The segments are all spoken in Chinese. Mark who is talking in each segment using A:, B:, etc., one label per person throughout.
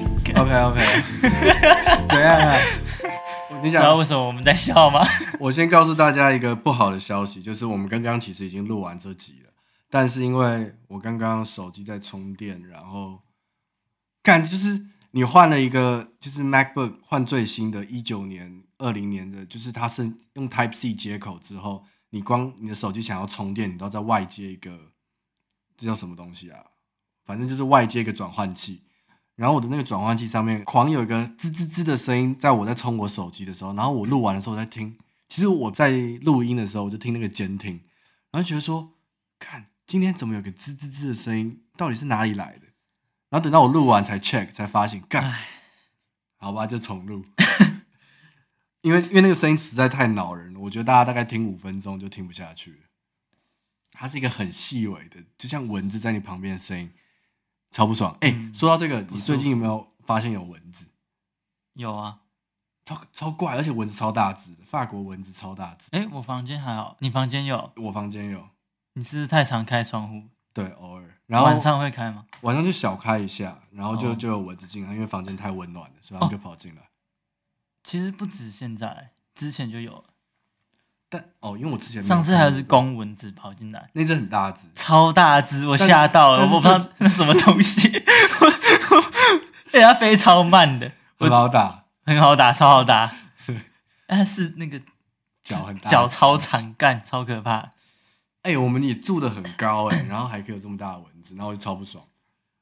A: OK，怎样啊？我跟你
B: 知道
A: 讲
B: 为，什么我们在笑吗？
A: 我先告诉大家一个不好的消息，就是我们刚刚其实已经录完这集了，但是因为我刚刚手机在充电，然后感就是你换了一个，就是 MacBook 换最新的，一九年、二零年的，就是它是用 Type C 接口之后，你光你的手机想要充电，你都要在外接一个，这叫什么东西啊？反正就是外接一个转换器。然后我的那个转换器上面狂有一个吱吱吱的声音，在我在充我手机的时候，然后我录完的时候我在听。其实我在录音的时候，我就听那个监听，然后觉得说，看今天怎么有个吱吱吱的声音，到底是哪里来的？然后等到我录完才 check，才发现，干，好吧，就重录， 因为因为那个声音实在太恼人了，我觉得大家大概听五分钟就听不下去了。它是一个很细微的，就像蚊子在你旁边的声音，超不爽。哎、说到这个，你最近有没有发现有蚊子？
B: 有啊，
A: 超超怪，而且蚊子超大只的，法国蚊子超大只。
B: 诶，我房间还好，你房间有？
A: 我房间有，
B: 你是不是太常开窗户？
A: 对，偶尔。然后
B: 晚上会开吗？
A: 晚上就小开一下，然后就、
B: 哦
A: 就有蚊子进来，因为房间太温暖了，所以他们就跑进来。
B: 其实不止现在，之前就有了。
A: 但哦，因为我之前没有
B: 上次还有
A: 看
B: 只
A: 过
B: 公蚊子跑进来，
A: 那只很大只，
B: 超大只，我
A: 但
B: 吓到了，
A: 但是
B: 我不知道那什么东西。 哎、它飞超慢的，
A: 很好打，
B: 很好打，超好打。 但是那个
A: 脚很大，
B: 脚。超长，干超可怕。
A: 哎、我们也住的很高哎、然后还可以有这么大的蚊子，然后我就超不爽。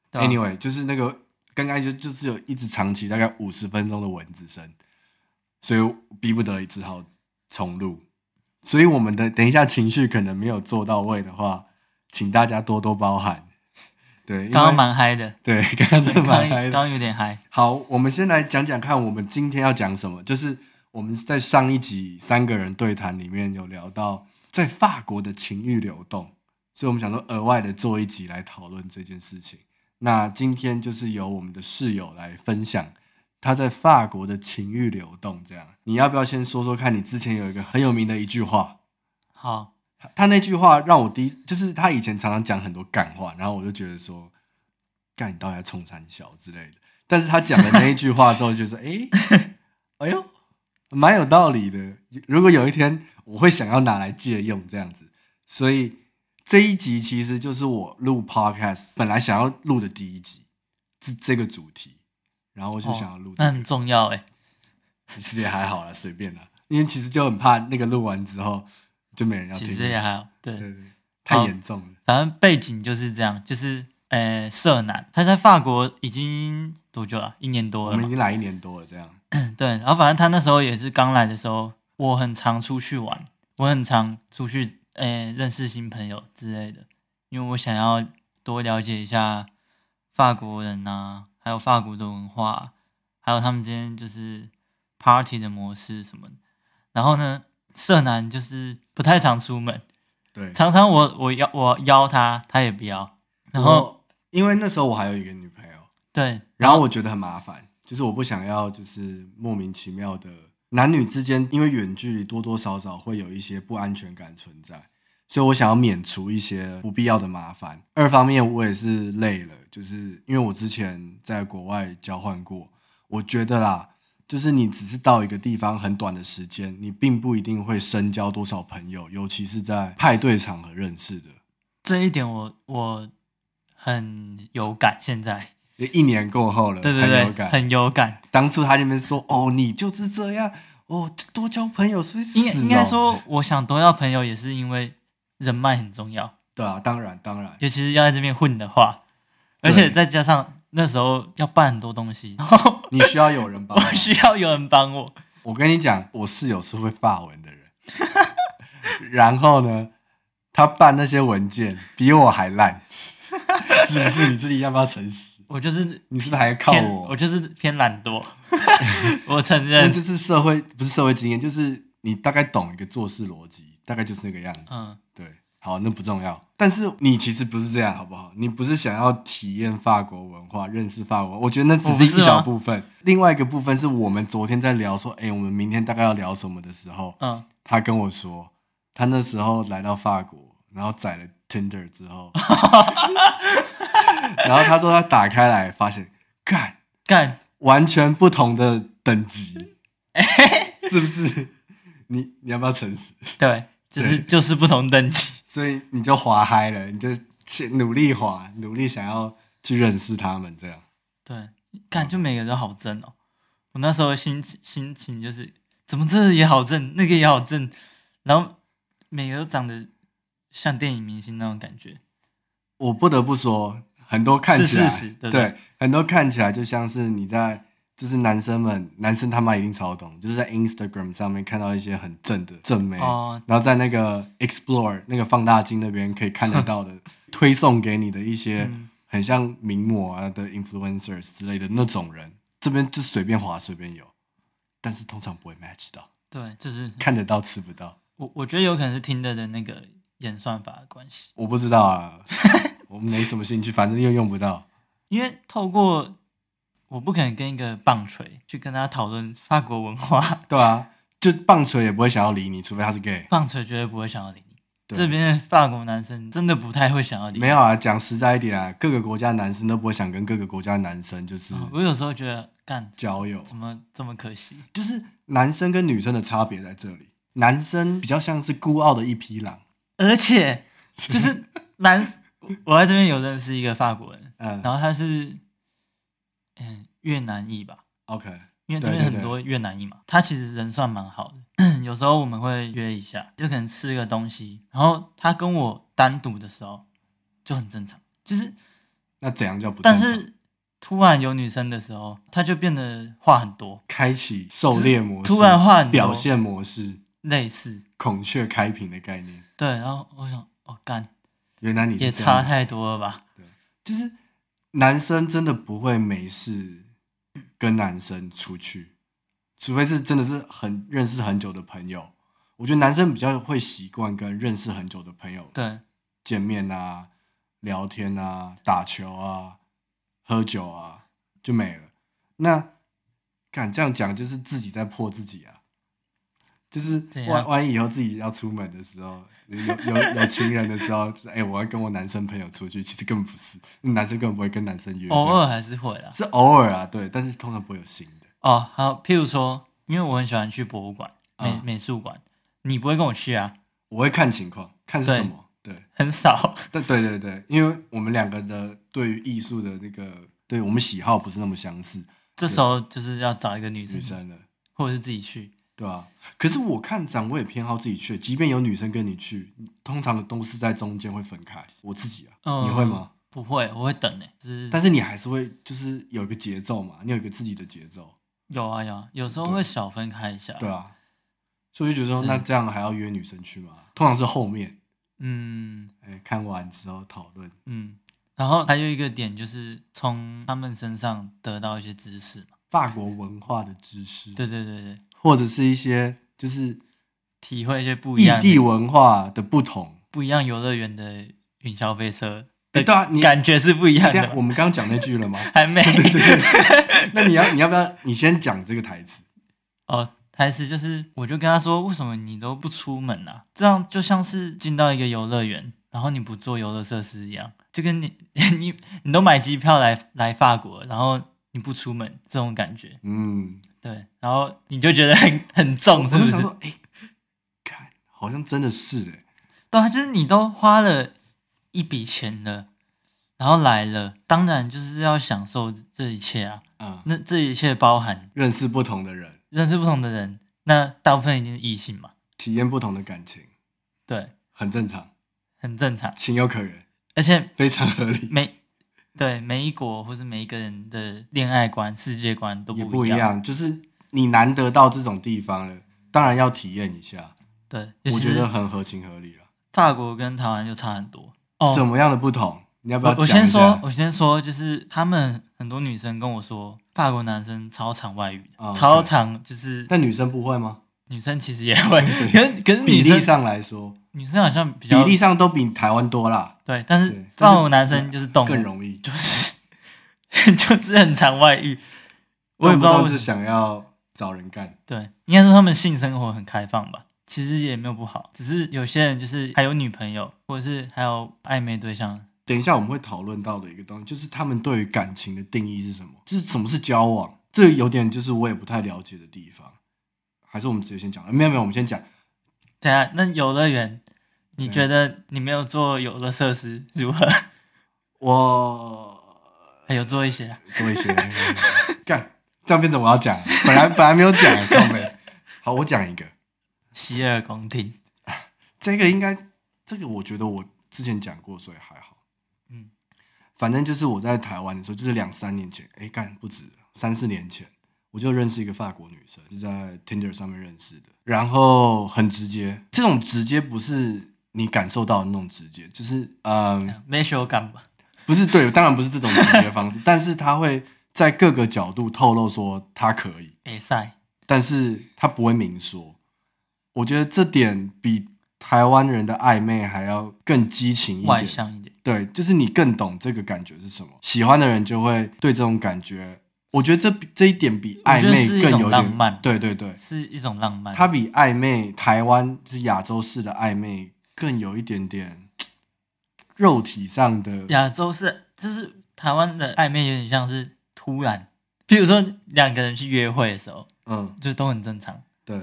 B: 对啊吧
A: Anyway，就是那个刚刚就就是有一直长期大概五十分钟的蚊子声，所以我逼不得已只好重录。所以我们的等一下情绪可能没有做到位的话，请大家多多包涵。对，因
B: 刚刚
A: 为
B: 蛮嗨的，
A: 对，刚刚真的
B: 刚
A: 蛮
B: 刚
A: 嗨
B: 刚
A: 的。
B: 刚有点嗨。
A: 好，我们先来讲讲看，我们今天要讲什么？就是我们在上一集三个人对谈里面有聊到在法国的情欲流动，所以我们想说额外的做一集来讨论这件事情。那今天就是由我们的室友来分享他在法国的情欲流动。这样，你要不要先说说看？你之前有一个很有名的一句话，
B: 好，
A: 他他那句话让我第一，就是他以前常常讲很多干话，然后我就觉得说，干你到底在冲三小之类的。但是他讲的那一句话之后， 就说，诶，哎呦，蛮有道理的。如果有一天我会想要拿来借用这样子，所以这一集其实就是我录 podcast 本来想要录的第一集，是这个主题，然后我就想要录、这
B: 那
A: 个
B: 很重要哎、
A: 其实也还好啦，随便啦，因为其实就很怕那个录完之后就没人要听
B: 其
A: 了。
B: 实也还好。对，
A: 对对对，太严重了。
B: 反正背景就是这样，就是呃，社男他在法国已经多久了？一年
A: 我
B: 多了
A: 们已
B: 嘛。
A: 经来一年多了，这样
B: 对，然后反正他那时候也是刚来的时候，我很常出去玩，我很常出去呃认识新朋友之类的，因为我想要多了解一下法国人呐、还有法国的文化、啊还有他们之间就是 party 的模式什么的。然后呢，社男就是不太常出门，
A: 对。
B: 常常我我邀我邀他，他也不要。然后
A: 我因为那时候我还有一个女朋友，
B: 对，
A: 然后我觉得很麻烦，就是我不想要就是莫名其妙的男女之间，因为远距离多多少少会有一些不安全感存在，所以我想要免除一些不必要的麻烦。二方面我也是累了，就是因为我之前在国外交换过，我觉得啦。就是你只是到一个地方很短的时间，你并不一定会深交多少朋友，尤其是在派对场合认识的。
B: 这一点我我很有感，现在
A: 一年过后了，
B: 对对
A: 呃很有
B: 对，
A: 感。
B: 很有感。
A: 当初他那边说：“哦，你就是这样，哦，多交朋友所以死、哦。”
B: 应该应该，说，我想多要朋友也是因为人脉很重要，
A: 对啊，当然当然，
B: 尤其是要在这边混的话，而
A: 对
B: 且再加上那时候要办很多 东西，然后
A: 你需要有人帮
B: 我
A: 忙。
B: 需要有人帮我。
A: 我跟你讲，我室友是会发文的人， 然后呢，他办那些文件比我还烂， 是不是？你自己要不要诚实？
B: 我就是
A: 你是不是还要靠
B: 偏，
A: 我
B: 我就是偏 懒惰，我承
A: 那
B: 认。
A: 就是社会不是社会经验，就是你大概懂一个做事逻辑，大概就是那个样子。
B: 嗯，
A: 对，好，那不重要。但是你其实不是这样，好不好？你不是想要体验法国文化、认识法国文化，我觉得那只
B: 我不
A: 是
B: 是
A: 一
B: 啊
A: 小部分。另外一个部分是我们昨天在聊说，哎、我们明天大概要聊什么的时候，
B: 嗯，
A: 他跟我说，他那时候来到法国，然后载了 Tinder 之 后，然后他说他打开来发现，看
B: 干，
A: 完全不同的等级，是不是？你你要不要诚实？
B: 对，就是就是不同等级。
A: 所以你就滑嗨了，你就去努力滑，努力想要去认识他们，这样
B: 对，感觉每个都好正哦。我那时候心情心情就是，怎么这个也好正，那个也好正，然后每个都长得像电影明星那种感觉。
A: 我不得不说，很多看起来
B: 是事实对不对
A: 对很多看起来就像是你在就是男生们，男生他妈一定超懂，就是在 Instagram 上面看到一些很正的正妹，
B: 哦
A: 然后在那个 Explore 那个放大镜那边可以看得到
B: 嗯
A: 的推送给你的一些很像名模啊的 influencers 之类的那种人，这边就随便滑随便有，但是通常不会 match 到，
B: 对，就是
A: 看得到吃不到，
B: 我我觉得有可能是听的的那个演算法的关系，
A: 我不知道啊， 我没什么兴趣，反正又用不到。
B: 因为透过我不可能跟一个棒槌去跟他讨论法国文化，
A: 对啊，就棒槌也不会想要理你，除非他是 gay。
B: 棒槌绝对不会想要理你。
A: 对
B: 这边的法国男生真的不太会想要理你
A: 没。有啊，讲实在一点啊，各个国家男生都不会想跟各个国家男生就是
B: 哦我有时候觉得干
A: 交友，
B: 怎么这么可惜？
A: 就是男生跟女生的差别在这里。男生比较像是孤傲的一匹狼，
B: 而且就是男，我在这边有认识一个法国人，
A: 嗯
B: 然后他是嗯越南裔吧，
A: ，OK，
B: 因为这边
A: 对对对
B: 很多越南裔嘛，他其实人算蛮好的， 有时候我们会约一下，就可能吃个东西，然后他跟我单独的时候就很正常，就是
A: 那怎样叫不正
B: 但
A: 常？
B: 是突然有女生的时候，他就变得话很多，
A: 开启狩猎模式，
B: 突然话很多，
A: 表现模式，
B: 类似
A: 孔雀开屏的概念。
B: 对，然后我想哦干
A: 原来你是
B: 也
A: 这样
B: 差太多了吧，
A: 就是男生真的不会没事跟男生出去，除非是真的是很认识很久的朋友。我觉得男生比较会习惯跟认识很久的朋友
B: 对。
A: 见面啊、聊天啊、打球啊、喝酒啊，就没了。那敢这样讲，就是自己在破自己啊。就是
B: 怎样
A: 万万一以后自己要出门的时候，有有有情人的时候， 就是哎、我要跟我男生朋友出去，其实根本不是，男生根本不会跟男生约，
B: 偶尔还是会啦。
A: 是偶尔啊，对，但是通常不会有新的。
B: 哦，好，譬如说，因为我很喜欢去博物馆、美、
A: 嗯
B: 美术馆，你不会跟我去啊，
A: 我会看情况，看是
B: 对
A: 什么，对。
B: 很少。
A: 对对对对，因为我们两个的对于艺术的那个，对我们喜好不是那么相似，
B: 这时候就是要找一个女生，
A: 女生的，
B: 或者是自己去。
A: 对吧、啊可是我看展，我也偏好自己去，即便有女生跟你去，通常都是在中间会分开。我自己啊，
B: 嗯
A: 你会吗？
B: 不会，我会等诶、就是
A: 但是你还是会，就是有一个节奏嘛，你有一个自己的节奏，
B: 有啊有啊，有时候会小分开一下。
A: 对啊。所以我就觉得说，
B: 对
A: 那这样还要约女生去吗？通常是后面，
B: 嗯
A: 哎，看完之后讨论。
B: 嗯。然后还有一个点就是从他们身上得到一些知识嘛。
A: 法国文化的知识，
B: 对对对对，
A: 或者是一些就是
B: 体会一些不一
A: 异
B: 样的
A: 地文化的不同，
B: 不一样游乐园的云霄飞车
A: 哎，对啊，你
B: 感觉是不一样
A: 等一下
B: 的。
A: 我们刚刚讲那句了吗？
B: 还没。
A: 对对对。那你要你要不要你先讲这个台词？
B: 哦，台词就是，我就跟他说，为什么你都不出门啊？这样就像是进到一个游乐园，然后你不做游乐设施一样，就跟你 你你都买机票来来法国，然后你不出门这种感觉，
A: 嗯，
B: 对，然后你就觉得很 很重，是
A: 我
B: 不
A: 就是想？说，哎、看好像真的是哎、
B: 对啊，就是你都花了一笔钱了，然后来了，当然就是要享受这一切啊。
A: 啊、
B: 那这一切包含
A: 认识不同的人，
B: 认识不同的人，那大部分一定是异性嘛，
A: 体验不同的感情，
B: 对，
A: 很正常，
B: 很正常，
A: 情有可原，
B: 而且
A: 非常合 理，
B: 每对每一国或是每一个人的恋爱观、世界观都
A: 也
B: 不
A: 不
B: 一
A: 一。样。就是你难得到这种地方了，当然要体验一下，
B: 对，尤
A: 我
B: 其
A: 觉得
B: 是
A: 很合情合理了。
B: 法国跟台湾就差很多。哦，
A: 怎么样的不同？你要不要
B: 我我
A: 讲一
B: 先
A: 下
B: 说，我先说，就是他们很多女生跟我说，法国男生超常外语的，
A: 哦
B: 超
A: 对
B: 常就是
A: 但女生不会吗？
B: 女生其实也 会，可是可是
A: 比
B: 女
A: 例
B: 生
A: 上来说，
B: 女生好像
A: 比
B: 比较
A: 例上都比台湾多啦，
B: 对，但
A: 对
B: 是
A: 但是
B: 法国男生就是动
A: 更容易。
B: 就是 就是很常外遇，我也不知道
A: 动
B: 为
A: 动
B: 什
A: 就
B: 么。
A: 想要找人干，
B: 对，应该说他们性生活很开放吧，其实也没有不好，只是有些人就是还有女朋友，或者是还有暧昧对象。
A: 等一下我们会讨论到的一个东西，就是他们对于感情的定义是什么？就是什么是交往？这有点就是我也不太了解的地方。还是我们直接先讲？没有没有，我们先讲。
B: 对啊，那游乐园，你
A: 对啊
B: 觉得你没有做游乐设施如何？
A: 我
B: 还有做一些啊，
A: 做一些干，这样变成我要讲了，本来本来没有讲，靠北好，我讲一个，
B: 洗耳恭听。
A: 这个应该，这个我觉得我之前讲过，所以还好。
B: 嗯
A: 嗯，反正就是我在台湾的时候，就是两三年前，哎，干不止三四年前，我就认识一个法国女生，是在 Tinder 上面认识的。然后很直接，这种直接不是你感受到的那种直接，就是嗯，
B: 没修感吧？
A: 不是对，当然不是这种直接的方式， 但是他会在各个角度透露说他可以，
B: 哎塞，
A: 但是他不会明说。我觉得这点比台湾人的暧昧还要更激情一
B: 外
A: 点。
B: 向一点，
A: 对，就是你更懂这个感觉是什么，喜欢的人就会对这种感觉，我觉得这比这一点比暧
B: 我觉得
A: 昧
B: 是一
A: 更
B: 种
A: 有
B: 浪
A: 点
B: 漫
A: 对对对，
B: 是一种浪漫。
A: 它比暧昧台湾就是亚洲式的暧昧更有一点点肉体上的
B: 亚洲是就是台湾的暧昧有点像是突然，比如说两个人去约会的时候，
A: 嗯
B: 就是都很正常，
A: 对。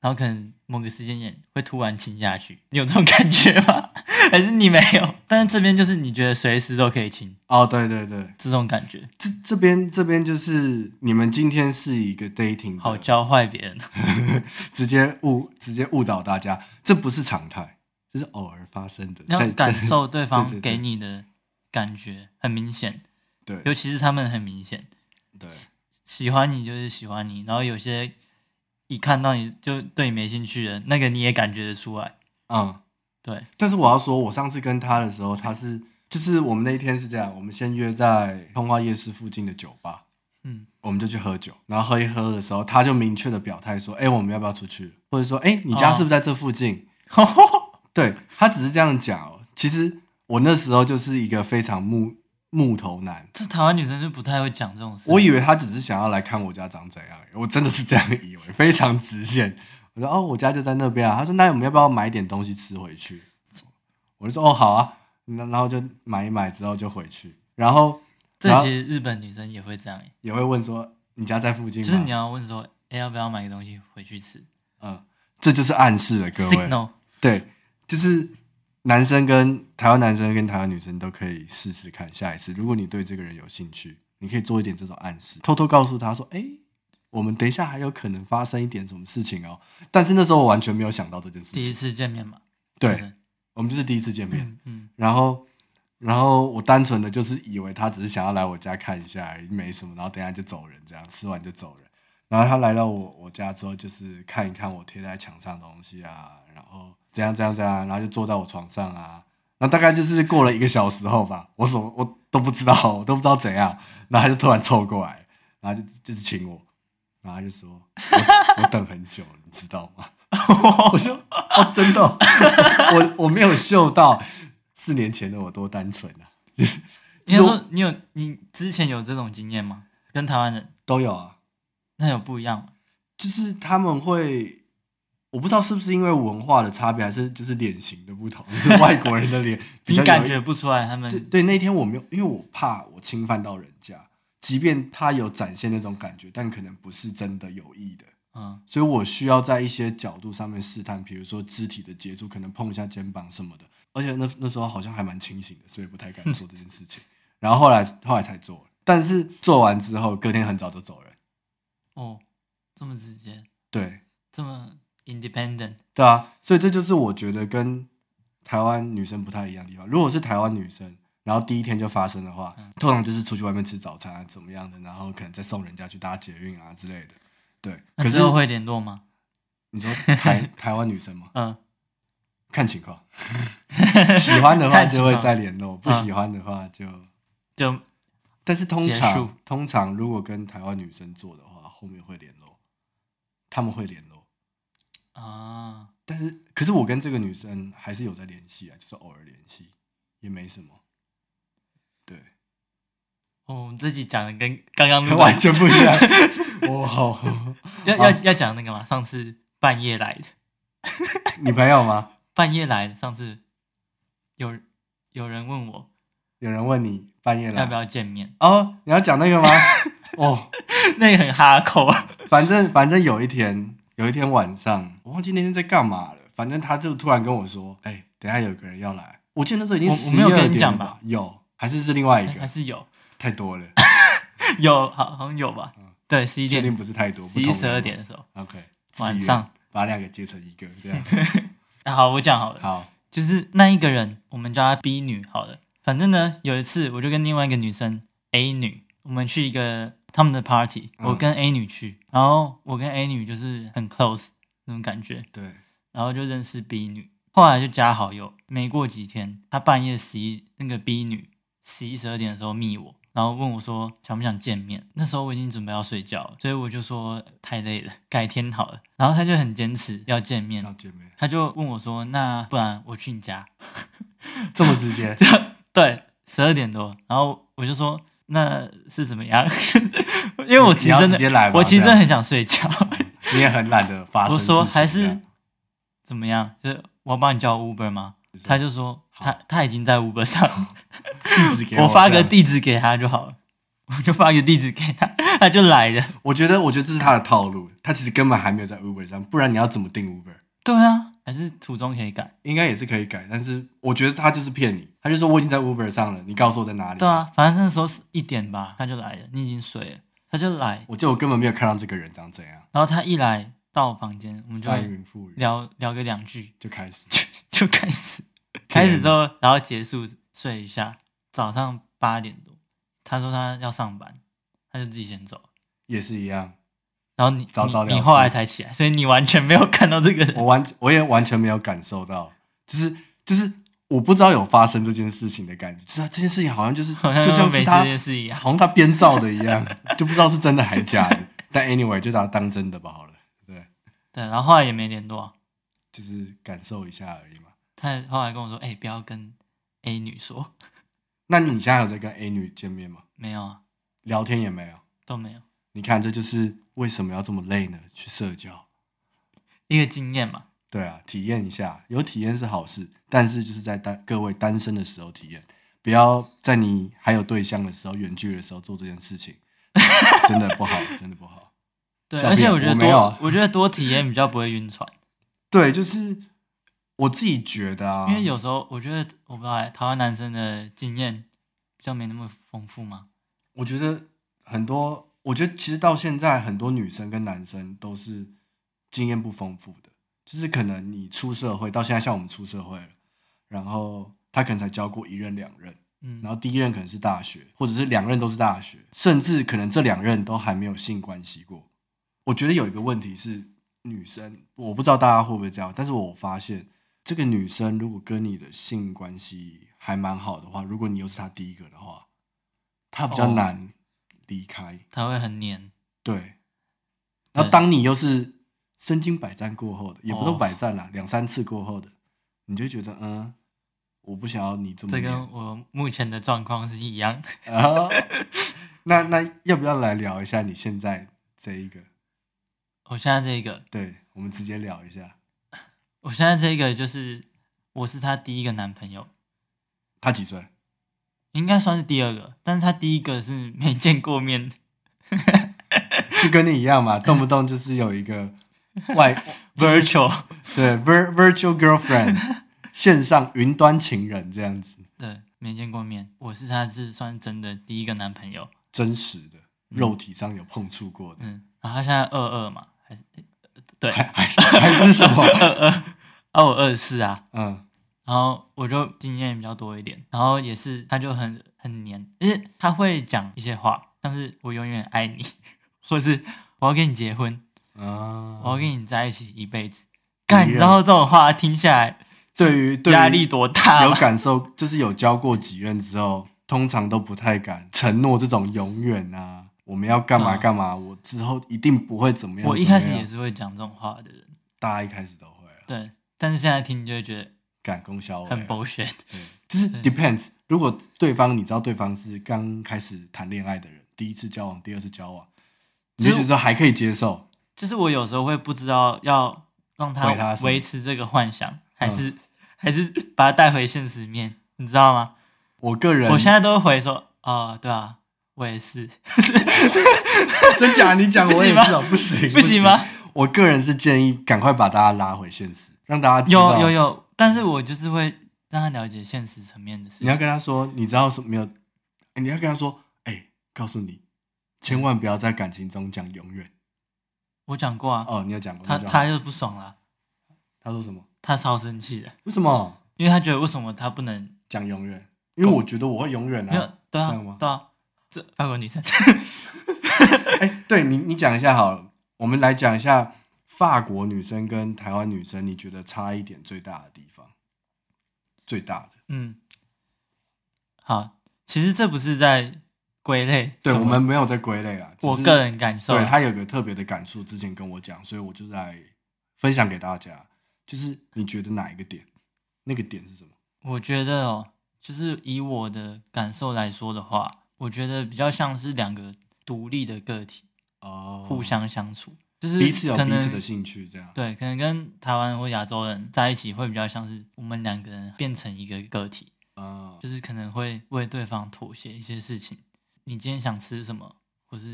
B: 然后可能某个时间点会突然亲下去，你有这种感觉吗？ 还是你没有？但是这边就是你觉得随时都可以亲
A: 哦，对对对，
B: 这种感觉，
A: 这这边这边就是你们今天是一个 dating，的
B: 好教坏别人。
A: 直接误直接误导大家，这不是常态，这是偶尔发生的，
B: 你要
A: 在
B: 感
A: 在
B: 受对
A: 对
B: 方
A: 对
B: 给你的感觉很明显，
A: 对
B: 尤其是他们很明显
A: 对
B: 喜欢你就是喜欢你，然后有些一看到你就对你没兴趣了，那个你也感觉得出来。
A: 嗯。
B: 对，
A: 但是我要说，我上次跟他的时候，他是就是我们那一天是这样，我们先约在通化夜市附近的酒吧，
B: 嗯，
A: 我们就去喝酒，然后喝一喝的时候，他就明确的表态说：“哎、我们要不要出去？”或者说：“哎、你家
B: 哦
A: 是不是在这附近？”对他只是这样讲哦。其实我那时候就是一个非常木木头男，
B: 这台湾女生就不太会讲这种事。
A: 我以为他只是想要来看我家长怎样，我真的是这样以为，非常直线。我说：“哦，我家就在那边啊。”他说：“那我们要不要买点东西吃回去？”我就说：“哦，好啊。”那然后就买一买之后就回去，然后
B: 这
A: 然后
B: 其实日本女生也会这样，
A: 也会问说：“你家在附近
B: 就
A: 吗？”
B: 是你要问说，哎，要不要买个东西回去吃
A: 嗯，这就是暗示了各位。
B: ？Signal，
A: 对，就是男生跟台湾男生跟台湾女生都可以试试看，下一次如果你对这个人有兴趣，你可以做一点这种暗示，偷偷告诉他说：“哎、我们等一下还有可能发生一点什么事情哦。”但是那时候我完全没有想到这件事
B: 第一
A: 情。
B: 次见面嘛。
A: 对，，我们就是第一次见面，
B: 嗯嗯，
A: 然后。然后我单纯的就是以为他只是想要来我家看一下而已，没什么，然后等一下就走人，这样吃完就走人。然后他来到我我家之后，就是看一看我贴在墙上的东西啊，然后怎样怎样怎样，然后就坐在我床上啊。那大概就是过了一个小时后吧，我什么我都不知道，我都不知道怎样，然后他就突然凑过来，然后就就是亲我，然后他就说我我等很久，你知道吗？ 我说哦，真的哦、 我我没有嗅到四年前的我多单纯啊，
B: 你有说你有你之前有这种经验吗？跟台湾人
A: 都有啊。
B: 那有不一样吗？
A: 就是他们会，我不知道是不是因为文化的差别，还是就是脸型的不同，就是外国人的脸比
B: 你
A: 较有
B: 感觉不出来
A: 对
B: 他们
A: 对。那天我没有，因为我怕我侵犯到人家，即便他有展现那种感觉，但可能不是真的有意的，
B: 嗯
A: 所以我需要在一些角度上面试探，比如说肢体的接触，可能碰一下肩膀什么的。而且那那时候好像还蛮清醒的，所以不太敢做这件事 情。然后后来后来才做了，但是做完之后隔天很早就走人。
B: 哦，这么直接，
A: 对，
B: 这么 independent，
A: 对啊，所以这就是我觉得跟台湾女生不太一样的地方。如果是台湾女生，然后第一天就发生的话，
B: 嗯
A: 通常就是出去外面吃早餐啊，怎么样的，然后可能再送人家去搭捷运啊之类的。对，可
B: 那
A: 是
B: 之后会联络吗？
A: 你说台 台湾女生吗？
B: 嗯，
A: 看情况， 喜欢的话
B: 看情
A: 就
B: 况嗯
A: 会再联络，不喜欢的话就……
B: 就
A: 但是通
B: 结束
A: 常通常如果跟台湾女生做的话，后面会联络，他们会联络。
B: 啊，
A: 但是，可是我跟这个女生还是有在联系啊，就是偶尔联系，也没什么。对，
B: 哦，我们自己讲的跟刚刚录 完
A: 完全不一样。我好，
B: 要要要讲那个嘛，上次半夜来的，
A: 你朋友吗？
B: 半夜来的，上次有有人问我
A: 有人问你半夜来
B: 要不要见面，
A: 哦？你要讲那个吗？哦，
B: 那个很哈口啊。
A: 反正反正有一天，有一天晚上，我忘记那天在干嘛了。反正他就突然跟我说：“哎、等一下有个人要来。”我记得那时候已经
B: 我我
A: 十
B: 没有跟你
A: 二点
B: 讲
A: 了
B: 吧哎
A: 吧？有还是是另外一
B: 还
A: 个？
B: 是有
A: 太多了，
B: 有好好像有吧？对，十一
A: 嗯确定
B: 点
A: 不是太多，不
B: 十一
A: 同人
B: 十二点的时候。
A: OK，
B: 晚
A: 自己约
B: 上
A: 把两个结成一个，这 样
B: 啊好，我讲好了。
A: 好。
B: 就是那一个人，我们叫她 B 女好了。反正呢，有一次我就跟另外一个女生 A 女，我们去一个他们的 party，
A: 嗯
B: 我跟 A 女去，然后我跟 A 女就是很 close 那种感觉，
A: 对，
B: 然后就认识 B 女，后来就加好友。没过几天，她半夜十一那个 B 女十一十二点的时候密我，然后问我说想不想见面。那时候我已经准备要睡觉了，所以我就说太累了，改天好了。然后她就很坚持要见面
A: 要，见面，
B: 她就问我说那不然我去你家。
A: 这么直 接，
B: 对，十二点多，然后我就说那是怎么样？ 因为我
A: 你
B: 其实
A: 要
B: 真
A: 直
B: 的，
A: 接来吧，
B: 我其实
A: 这
B: 真的
A: 样
B: 很想睡觉。
A: 你也很懒得发生
B: 我
A: 事情这
B: 说
A: 样。
B: 还是怎么样？就是我帮你叫 Uber 吗？他就说他他已经在 Uber 上了，
A: 地址给我
B: 我发
A: 这
B: 个
A: 样，
B: 地址给他就好了。我就发个地址给他，他就来了。
A: 我觉得我觉得这是他的套路，他其实根本还没有在 Uber 上，不然你要怎么订 Uber？
B: 对啊，还是途中可以改。
A: 应该也是可以改，但是我觉得他就是骗你，他就说我已经在 Uber 上了，你告诉我在哪里。
B: 对，啊，反正那时候是一点吧，他就来了。你已经睡了，他就来。
A: 我记得我根本没有看到这个人长怎样，啊哎
B: 然后他一来到房间，我们就
A: 翻云覆雨
B: 聊聊个两句，
A: 就开始。
B: 就就开始，开始之后，然后结束睡一下，早上八点多，他说他要上班，他就自己先走，
A: 也是一样，
B: 然后你
A: 早早了
B: 你
A: 事
B: 你后来才起来，所以你完全没有看到这个人，
A: 我完我也完全没有感受到，就是就是我不知道有发生这件事情的感觉，就是他这件事情好像就是
B: 好像
A: 就像
B: 每
A: 是
B: 次
A: 他
B: 这件事一样。
A: 好像他编造的一样，就不知道是真的还假的。 但 anyway，就把它当真的吧，好了，对，
B: 对，然后后来也没联络啊，
A: 就是感受一下而已嘛。
B: 他后来跟我说，哎、不要跟 A 女说，
A: 那你现在有在跟 A 女见面吗？
B: 没有啊，
A: 聊天也没有。
B: 都没有，
A: 你看，这就是为什么要这么累呢？去社交，
B: 一个经验嘛。
A: 对啊，体验一下，有体验是好事，但是就是在单各位单身的时候体验，不要在你还有对象的时候、远距的时候做这件事情， 真的不好，真的不好。
B: 对，
A: 小
B: 而且
A: 便
B: 我觉得
A: 我
B: 多，
A: 没有啊
B: 我觉得多体验比较不会晕船，
A: 对，就是我自己觉得 啊，
B: 因为有时候我觉得我不知道欸台湾男生的经验比较没那么丰富嘛。
A: 我觉得很多，我觉得其实到现在很多女生跟男生都是经验不丰富的，就是可能你出社会到现在，像我们出社会了，然后他可能才交过一任、两任，
B: 嗯，
A: 然后第一任可能是大学，或者是两任都是大学，甚至可能这两任都还没有性关系过。我觉得有一个问题是，女生我不知道大家会不会这样，但是我发现这个女生如果跟你的性关系还蛮好的话，如果你又是她第一个的话，她比较
B: 哦
A: 难离开。
B: 他会很黏。
A: 对，然后
B: 对
A: 当你又是身经百战过后的，也不
B: 哦
A: 都百战啦，两三次过后的，你就觉得嗯，我不想要你这么
B: 这
A: 黏
B: 跟我目前的状况是一样。
A: 啊，那那要不要来聊一下你现在这一个？
B: 我现在这个，
A: 对，我们直接聊一下。
B: 我现在这个就是我是她第一个男朋友，
A: 他几岁？
B: 应该算是第二个，但是她第一个是没见过面的，
A: 就跟你一样 嘛，动不动就是有一个外
B: virtual
A: 对 vir virtual girlfriend 线上云端情人这样子，
B: 对，没见过面。我是她是算真的第一个男朋友，
A: 真实的肉体上有碰触过的，
B: 嗯，然后她现在二二嘛，还是对，
A: 还还是还是什么？
B: 二二，哦，我二四啊，
A: 嗯，
B: 然后我就经验比较多一点，然后也是他就很很黏，而且他会讲一些话，像是我永远爱你， 或是我要跟你结婚，我要
A: 啊，
B: 跟你在一起一辈子。干，
A: 人
B: 你知道这种话听下来
A: 对于对于
B: 压力多大
A: 有
B: 吗？
A: 感受，就是有交过几任之后，通常都不太敢承诺这种永远啊，我们要干嘛
B: 对啊
A: 干嘛，我之后一定不会怎么样。
B: 我一开始
A: 怎么样
B: 也，是会讲这种话的人，
A: 大家一开始都会啊
B: 对，但是现在听你就会觉得
A: 敢攻消委
B: 很 bullshit。
A: 对，啊就是 depends。如果对方你知道对方是刚开始谈恋爱的人，第一次交往，第二次交往，你就
B: 就
A: 觉得
B: 是
A: 说还可以接受，
B: 就是我有时候会不知道要让
A: 回他
B: 他
A: 什么嗯
B: 维持这个幻想，还是、还是把他带回现实面，你知道吗？
A: 我个人
B: 我现在都会回说，哦，对啊，我也是，
A: 真假？你讲
B: 不
A: 我也
B: 行
A: 是
B: 吗
A: 哦，不行
B: 不行？吗？
A: 我个人是建议赶快把大家拉回现实，让大啊家知道
B: 有有有，但是我就是会让他了解现实层面的事
A: 你要
B: 情。
A: 跟他说，你知道什么没有？哎你要跟他说，哎、告诉你，千万不要在感情中讲永远。
B: 我讲过啊，
A: 哦，你有讲过
B: 他
A: 那就好
B: 他就不爽了，
A: 他说什么？
B: 他超生气的，
A: 为什么
B: 因为他觉得为什么他不能
A: 讲永远？因为我觉得我会永远
B: 没有
A: 啊。
B: 对
A: 这样吗
B: 啊对啊，这法国女生
A: 哎、对你，你讲一下好了。我们来讲一下法国女生跟台湾女生，你觉得差一点最大的地方，最大的。
B: 嗯，好，其实这不是在归类什
A: 对
B: 么，
A: 我们没有在归类啦，只
B: 我
A: 是
B: 个人感受
A: 对
B: 啊，
A: 他有个特别的感触，之前跟我讲，所以我就来分享给大家。就是你觉得哪一个点？那个点是什么？
B: 我觉得哦，就是以我的感受来说的话，我觉得比较像是两个独立的个体
A: 哦，
B: 互相相处，就是
A: 彼此有
B: 可
A: 彼此
B: 能
A: 的兴趣，这样。
B: 对，可能跟台湾或亚洲人在一起会比较像是我们两个人变成一个个体，
A: 嗯，
B: 就是可能会为对方妥协一些事情。你今天想吃什么，或是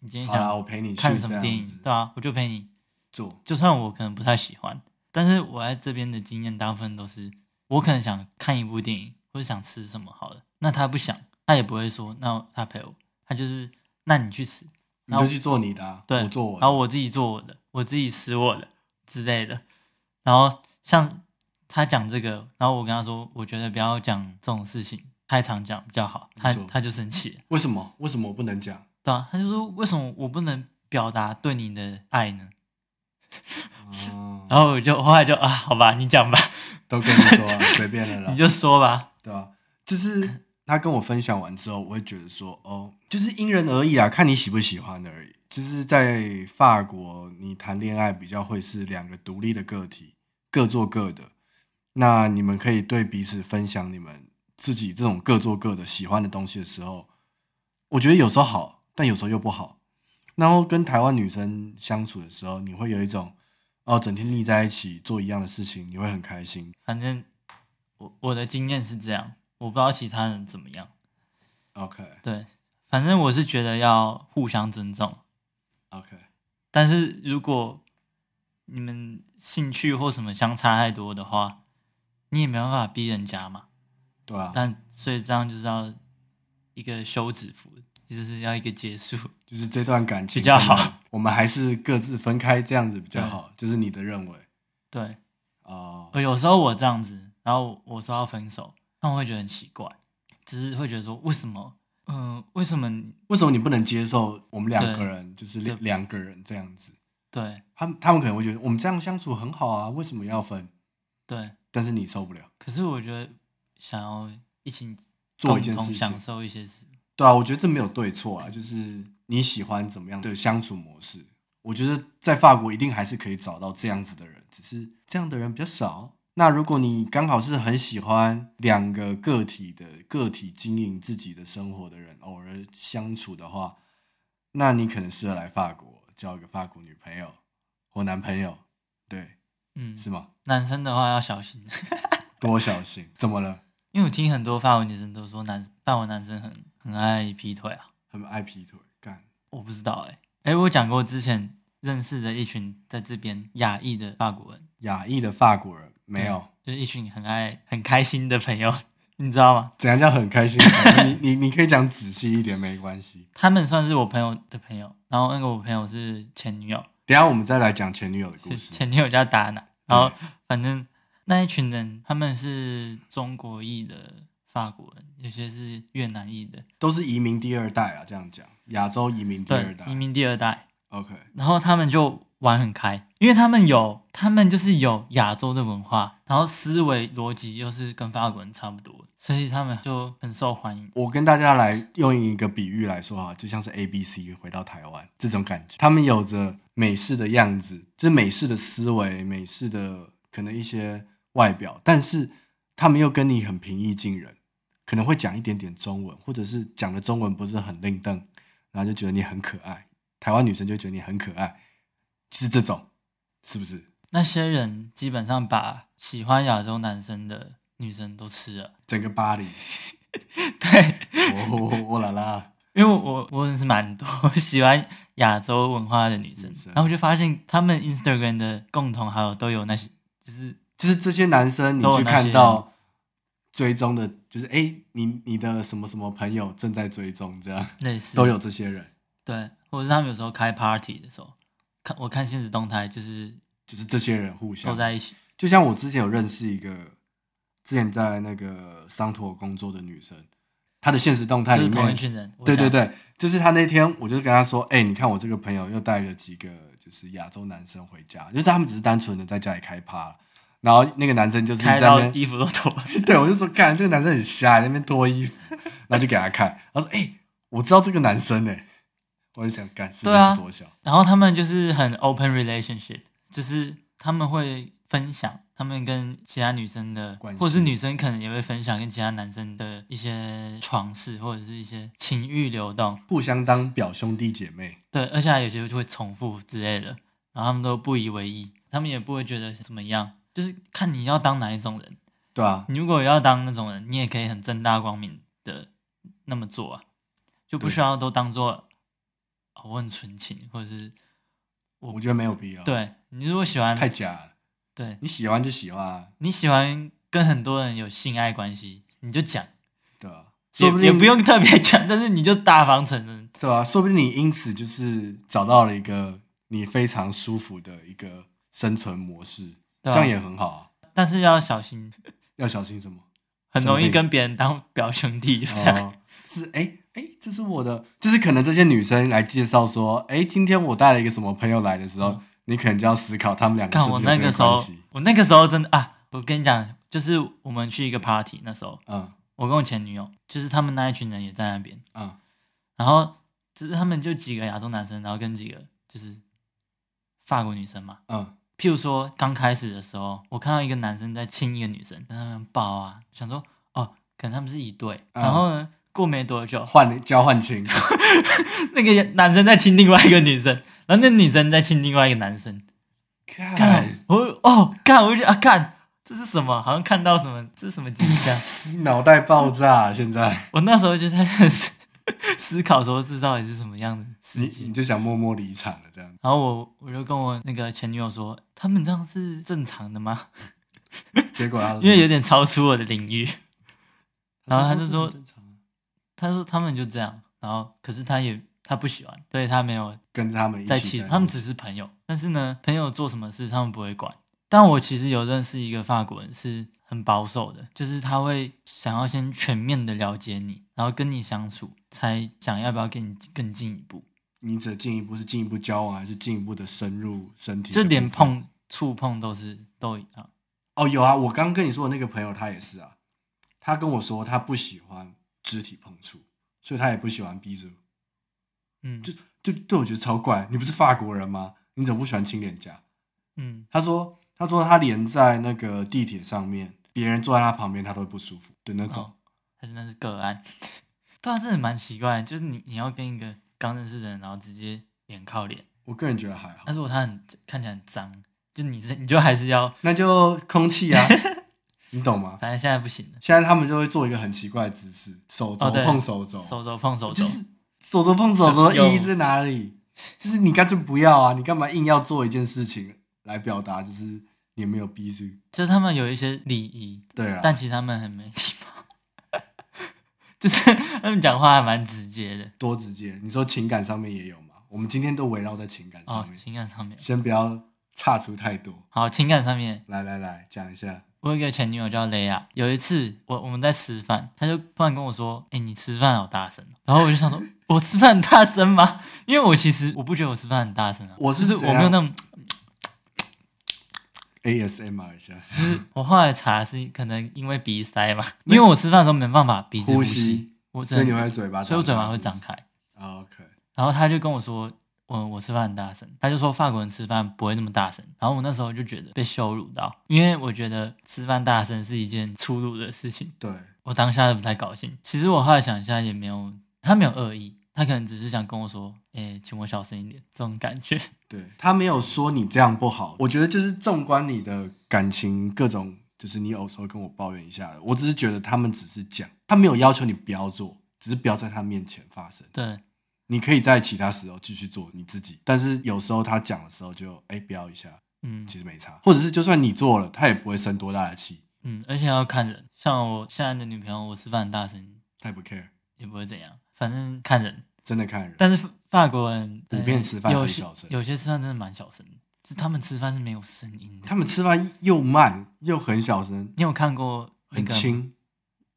B: 你今天
A: 好啦，我
B: 想
A: 陪你去
B: 看什么
A: 这
B: 电
A: 样
B: 影
A: 子，
B: 对啊，我就陪你。
A: 做。
B: 就算我可能不太喜欢，但是我在这边的经验大部分都是，我可能想看一部电影或者想吃什么好了，那他不想，他也不会说，那他陪我，他就是那你去吃，
A: 你就去做你的、啊，
B: 对，
A: 我做我
B: 然
A: 的。
B: 后我自己做我的，我自己吃我的之类的。然后像他讲这个，然后我跟他说，我觉得不要讲这种事情，太常讲比较好，他
A: 没错
B: 他就生气了，
A: 为什么？为什么我不能讲？
B: 对啊，他就说为什么我不能表达对你的爱呢？
A: 哦，
B: 然后我就后来就啊，好吧，你讲吧，
A: 都跟 你说了，啊随便了啦
B: 你。就说吧。
A: 对啊，就是他跟我分享完之后，我会觉得说，哦，就是因人而异啊，看你喜不喜欢而已。就是在法国，你谈恋爱比较会是两个独立的个体，各做各的。那你们可以对彼此分享你们自己这种各做各的喜欢的东西的时候，我觉得有时候好，但有时候又不好。然后跟台湾女生相处的时候，你会有一种哦，整天腻在一起做一样的事情，你会很开心。
B: 反正我我的经验是这样，我不知道其他人怎么样。
A: OK
B: 对，反正我是觉得要互相尊重，
A: OK，
B: 但是如果你们兴趣或什么相差太多的话，你也没办法逼人家嘛。
A: 对啊。
B: 但所以这样就是要一个休止符，就是要一个 结束。
A: 就是这段感情
B: 比较好
A: 可能我们还是各自分开这样子比较好。就是你的认为
B: 对，
A: 哦，
B: 呃有时候我这样子，然后我说要分手，他们会觉得很奇怪，就是会觉得说为什么，嗯、为什么你
A: 为什么你不能接受我们两个
B: 对
A: 人就是两两个人这样子？
B: 对
A: 他们他们可能会觉得我们这样相处很好啊，为什么要分？
B: 对，
A: 但是你受不了，
B: 可是我觉得想要一起
A: 做一件
B: 共同
A: 事
B: 享
A: 情，
B: 受一些事，
A: 对啊，我觉得这没有对错啊，就是你喜欢怎么样的相处模式，我觉得在法国一定还是可以找到这样子的人，只是这样的人比较少。那如果你刚好是很喜欢两个个体的个体经营自己的生活的人，偶尔相处的话，那你可能适合来法国交一个法国女朋友或男朋友，对，
B: 嗯，
A: 是吗？
B: 男生的话要小心，啊
A: 多小心，怎么了？
B: 因为我听很多法文女生都说男法文男生很很爱劈腿啊，
A: 很爱劈腿，干
B: 我不知道哎、欸、哎、我讲过之前认识的一群在这边亚裔的法国人，
A: 亚裔的法国人没有。
B: 就是一群很爱很开心的朋友， 你知道吗？
A: 怎样叫很开 心？你你你可以讲仔细一点，没关系。
B: 他们算是我朋友的朋友，然后那个我朋友是前女友，
A: 等一下我们再来讲前女友的故
B: 是
A: 事。
B: 前女友叫达娜，然后反正那一群人他们是中国裔的法国人，有些是越南裔的，
A: 都是移民第二代啊，这样讲，亚洲移民第二
B: 对
A: 代，。
B: 移民第二代，
A: OK，
B: 然后他们就玩很开，因为他们有他们就是有亚洲的文化，然后思维逻辑又是跟法国人差不多，所以他们就很受欢迎。
A: 我跟大家来用一个比喻来说啊，就像是 A B C 回到台湾这种感觉，他们有着美式的样子，就是美式的思维，美式的可能一些外表，但是他们又跟你很平易近人，可能会讲一点点中文，或者是讲的中文不是很令邓，然后就觉得你很可爱，台湾女生就觉得你很可爱，是这种，是不是？
B: 那些人基本上把喜欢亚洲男生的女生都吃了，
A: 整个巴黎，
B: 对，
A: 哦，哦啦啦，
B: 因为我我认识蛮多喜欢亚洲文化的女生
A: 女，生
B: 然后我就发现她们 Instagram 的共同好友都有那些，就是
A: 就是这些男生，你
B: 都有
A: 去
B: 那
A: 看
B: 些
A: 到追踪的，就是哎、诶你你的什么什么朋友正在追踪，这样
B: 类似
A: 都有这些人，
B: 对，或者是他们有时候开 party 的时候，看我看现实动态就是
A: 就是这些人互相
B: 都。在一起，
A: 就像我之前有认识一个，之前在那个商托工作的女生，她的现实动态
B: 就
A: 里
B: 是同一
A: 面，
B: 群人。我
A: 对对
B: 讲，
A: 对，就是她那天我就跟她说，哎、你看我这个朋友又带了几个就是亚洲男生回家，就是他们只是单纯的在家里开趴，然后那个男生就是在
B: 开
A: 那
B: 到
A: 边
B: 衣服都脱了，
A: 对，我就说干，这个男生很瞎，在那边脱衣服，然后就给他看，他说：“哎、我知道这个男生哎、我就想干，是不
B: 对啊
A: 是多小？
B: 然后他们就是很 open relationship，就是他们会分享他们跟其他女生的
A: 关，系
B: 或者是女生可能也会分享跟其他男生的一些床事或者是一些情欲流动。
A: 不相当表兄弟姐妹，
B: 对，而且还有些就会重复之类的，然后他们都不以为意，他们也不会觉得怎么样，就是看你要当哪一种人。
A: 对啊，
B: 你如果要当那种人，你也可以很正大光明的那么做啊，就不
A: 对
B: 需要都当做、哦我很纯情，或者是
A: 我觉得没有必要，，
B: 对啊你如果喜欢，
A: 太假了。
B: 对
A: 你喜欢就喜欢、啊，
B: 你喜欢跟很多人有性爱关系，你就讲，
A: 对啊，
B: 也
A: 说不定
B: 也不用特别讲，但是你就大方承认，
A: 对啊，说不定你因此就是找到了一个你非常舒服的一个生存模式，这
B: 对啊
A: 样也很好啊。
B: 但是要小心，
A: 要小心什么？
B: 很容易
A: 生病
B: 跟别人当表兄弟，就 这样。
A: 哦，是哎哎、诶这是我的，就是可能这些女生来介绍说，哎、今天我带了一个什么朋友来的时候，你可能就要思考他们两个
B: 看
A: 是
B: 嗯我
A: 不是
B: 那
A: 有这
B: 个
A: 个
B: 时候
A: 关系。，
B: 我那个时候真的啊，我跟你讲，就是我们去一个 party 那时候，
A: 嗯
B: 我跟我前女友，就是他们那一群人也在那边，
A: 嗯，
B: 然后就是他们就几个亚洲男生，然后跟几个就是法国女生嘛。
A: 嗯，
B: 譬如说刚开始的时候，我看到一个男生在亲一个女生，跟他们抱啊，想说哦，可能他们是一对。
A: 嗯
B: 然后呢，过没多久，
A: 换交换情，
B: 那个男生在亲另外一个女生，然后那女生在亲另外一个男生。
A: 看
B: 干，我哦干，我就觉得啊干，这是什么？好像看到什么，这是什么景象？
A: 你脑袋爆炸！啊现在
B: 我那时候就在 思思考说，这到底是什么样的
A: 你
B: 世界
A: 你？就想默默离场了，这样
B: 然后我我就跟我那个前女友说，他们这样是正常的吗？
A: 结果他
B: 因为有点超出我的领域。然后他就说
A: 哦这很正常啊
B: 他说他们就这样，然后可是他也他不喜欢，所以他没有
A: 跟着他们一
B: 在
A: 起
B: 其
A: 在，
B: 他们只是朋友，但是呢，朋友做什么事他们不会管。但我其实有认识一个法国人是很保守的，就是他会想要先全面的了解你，然后跟你相处，才想要不要跟你更进一步，
A: 你只进一步是进一步交往，还是进一步的深入身体的
B: 就
A: 部分？
B: 连碰触碰都是都一样。
A: 哦，有啊，我刚跟你说的那个朋友，他也是啊，他跟我说他不喜欢肢体碰触，所以他也不喜欢逼着，
B: 嗯
A: 就就对我觉得超怪。你不是法国人吗？你怎么不喜欢亲脸颊？
B: 嗯，
A: 他说，他说他连在那个地铁上面，别人坐在他旁边，他都会不舒服的那种。
B: 哦，还是那是个案。对啊，真的蛮奇怪的，就是你你要跟一个刚认识的人，然后直接脸靠脸，
A: 我个人觉得还好
B: 但，如果他很看起来很脏，就你这你就还是要，
A: 那就空气 啊，你懂吗？
B: 反正现在不行了，
A: 现在他们就会做一个很奇怪的姿势，手肘
B: 哦对
A: 碰手肘，
B: 手肘碰手肘，
A: 就是手肘碰手肘的
B: 有
A: 意义是哪里？就是你干脆不要啊，你干嘛硬要做一件事情来表达，就是你没有逼着？
B: 就是他们有一些礼仪，
A: 对啊，
B: 但其实他们很没礼貌， 就是他们讲话还蛮直接的
A: 多直接。你说情感上面也有嘛？我们今天都围绕在情感
B: 哦
A: 上，面，
B: 情感上面，
A: 先不要岔出太多。
B: 好，情感上面，
A: 来来来，讲一下，
B: 我有一个前女友叫雷亚，有一次我我们在吃饭，她就突然跟我说：“哎、你吃饭好大声哦。”然后我就想说：“我吃饭很大声吗？”因为我其实我不觉得我吃饭很大声啊，
A: 我是
B: 就是
A: 怎
B: 我没有
A: 样
B: 那种。
A: ASMR 一下，
B: 我后来查是可能因为鼻塞嘛，因为我吃饭的时候没办法鼻子
A: 呼
B: 吸，
A: 吸，
B: 我只
A: 所以
B: 能
A: 你会嘴巴，
B: 所以我嘴巴会张。开。
A: 啊 OK，
B: 然后他就跟我说，我我吃饭很大声，他就说法国人吃饭不会那么大声。然后我那时候就觉得被羞辱到，因为我觉得吃饭大声是一件粗鲁的事情，
A: 对，
B: 我当下不太高兴。其实我后来想一下，也没有他没有恶意，他可能只是想跟我说，诶，请我小声一点这种感觉。
A: 对他没有说你这样不好，我觉得就是纵观你的感情各种，就是你有时候跟我抱怨一下的，我只是觉得他们只是讲，他没有要求你不要做，只是不要在他面前发生。
B: 对，
A: 你可以在其他时候继续做你自己，但是有时候他讲的时候就哎标一下，
B: 嗯
A: 其实没差，或者是就算你做了，他也不会生多大的气，
B: 嗯，而且要看人，像我现在的女朋友，我吃饭很大声
A: 他也不 care，
B: 也不会怎样，反正看人。
A: 真的看人。
B: 但是法国人
A: 普遍
B: 呃
A: 吃饭
B: 有
A: 很
B: 些
A: 小声
B: 有些吃饭真的蛮小声的，就他们吃饭是没有声音的。
A: 他们吃饭又慢又很小声，
B: 你有看过那
A: 很
B: 个吗
A: 轻，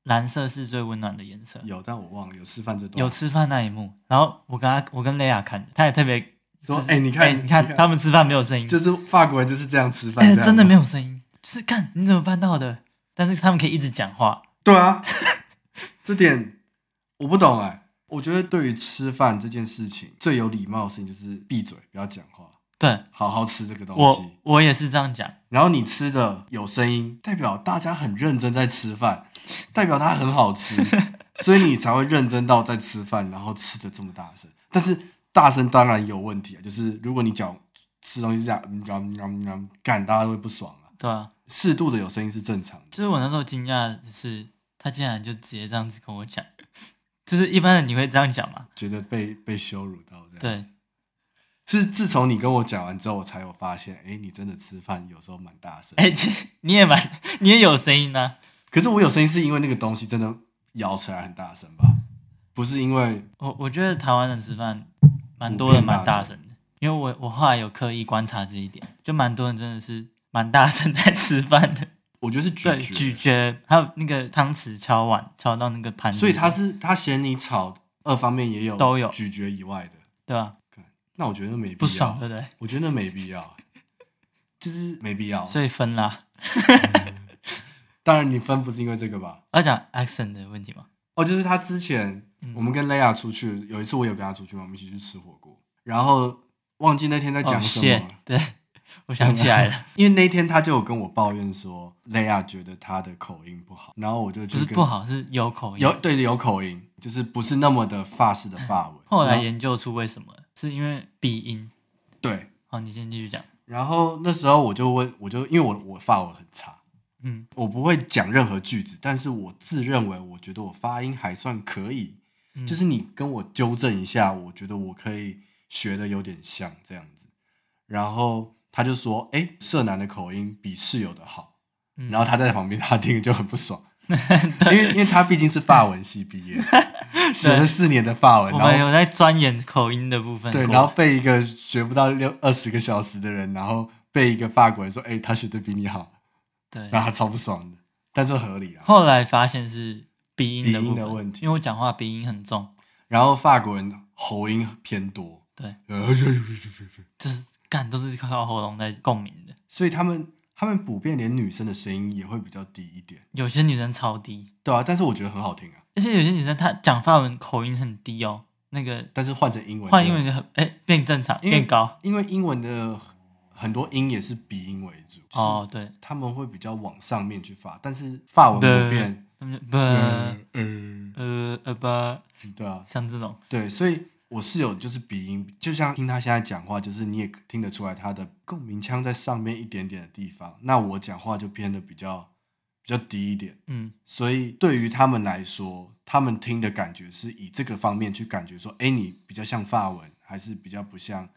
B: 蓝色是最温暖的颜色？
A: 有但我忘了有吃饭这段。
B: 有吃饭那一幕，然后我跟他，我跟雷亚看的，他也特别
A: 说
B: 就是
A: 哎你看
B: 你
A: 你
B: 看
A: 看
B: 他们吃饭没有声音，
A: 就是法国人就是这样吃饭，
B: 哎、
A: 这样
B: 真的没
A: 有
B: 有声音，就是看你怎么办到的？但是他们可以一直讲话，
A: 对啊，这点我不懂哎、我觉得对于吃饭这件事情，最有礼貌的事情就是闭嘴，不要讲话，
B: 对
A: 好好吃这个东
B: 我
A: 西。
B: 我也是这样讲，
A: 然后你吃的有声音，代表大家很认真在吃饭，代表它很好吃，所以你才会认真到在吃饭，然后吃的这么大声。但是大声当然有问题啊，就是如果你讲吃东西这样，嗯嗯嗯嗯，干大家都会不爽啊。
B: 对啊，
A: 适度的有声音是正常的，
B: 就是我那时候惊讶的是，他竟然就直接这样子跟我讲， 就是一般人你会这样讲嘛？
A: 觉得被被羞辱到这样。
B: 对，
A: 是自从你跟我讲完之后，我才有发现，哎，你真的吃饭有时候蛮大声。
B: 哎、其实你也蛮，你也有声音啊呐、
A: 可是我有声音是因为那个东西真的咬起来很大声吧，不是因为
B: 我我觉得台湾人吃饭蛮多人蛮大声的，因为我我后来有刻意观察这一点，就蛮多人真的是 蛮大声在吃饭的，
A: 我觉得是
B: 对，
A: 咀嚼。
B: 咀嚼，还有那个汤匙敲碗敲到那个盘子上，
A: 所以他是他嫌你吵，二方面也有
B: 都有
A: 咀嚼以外的。
B: 对吧？
A: 那我觉得没必
B: 不
A: 要，
B: 爽，对不对？
A: 我觉得没必 要，就是没必要。
B: 所以分啦。
A: 当然你分不是因为这个吧？
B: 要讲 accent 的问题吗？
A: 哦，就是他之前
B: 嗯
A: 我们跟 Lea 出去，有一次我有跟他出去嘛，我们一起去吃火锅，然后忘记那天在
B: 哦
A: 讲什么
B: 谢，
A: 了。
B: 对， 我想起 来了，
A: 因为那天他就有跟我抱怨说，Lea 觉得他的口音不好，然后我就
B: 不
A: 去
B: 是
A: 跟
B: 不好，是有口音。
A: 有对有口音，就是不是那么的法式的法文。
B: 后来
A: 然
B: 研究出为什么了，是因为鼻音。
A: 对，
B: 好，你先继续讲。
A: 然后那时候我就问，我就因为我我发文很差，
B: 嗯，
A: 我不会讲任何句子，但是我自认为我觉得我发音还算可以，
B: 嗯
A: 就是你跟我纠正一下，我觉得我可以学的有点像这样子。然后他就说：“哎、社男的口音比室友的好。”
B: 嗯
A: 然后他在旁边，他听着就很不 爽，因为因为他毕竟是法文系毕业的，学了四年的法文，
B: 我
A: 然后
B: 们有在钻研口音的部分过。
A: 对，然后被一个学不到六二十个小时的人，然后被一个法国人说：“哎、他学的比你好。”
B: 对
A: 然后他超不爽的，但这合 理啊。
B: 后来发现是鼻音的部
A: 鼻音的
B: 分
A: 问题
B: 因为我讲话鼻音很重，
A: 然后法国人喉音偏多，
B: 对，
A: 呃
B: 就是干都是靠喉咙在共鸣的。
A: 所以他们他们普遍连女生的声音也会比较低一点，
B: 有些女生超低，
A: 对啊，但是我觉得很好听啊。
B: 而且有些女生她讲法文口音很低哦，那个
A: 但是换成英文，
B: 换英文，就很哎、变正常
A: 因为
B: 变高
A: 因为英文的很多音也是鼻音为主，就是
B: 哦，对，
A: 他们会比较往上面去发，但是法文普遍，
B: 他们就不
A: 呃
B: 呃
A: 呃，
B: 呃不
A: 对啊，
B: 像这种
A: 对，所以我室友就是鼻音，就像听他现在讲话，就是你也听得出来他的共鸣腔在上面一点点的地方，那我讲话就变得比较比较低一点，
B: 嗯
A: 所以对于他们来说，他们听的感觉是以这个方面去感觉说，哎，你比较像法文，还是比较不像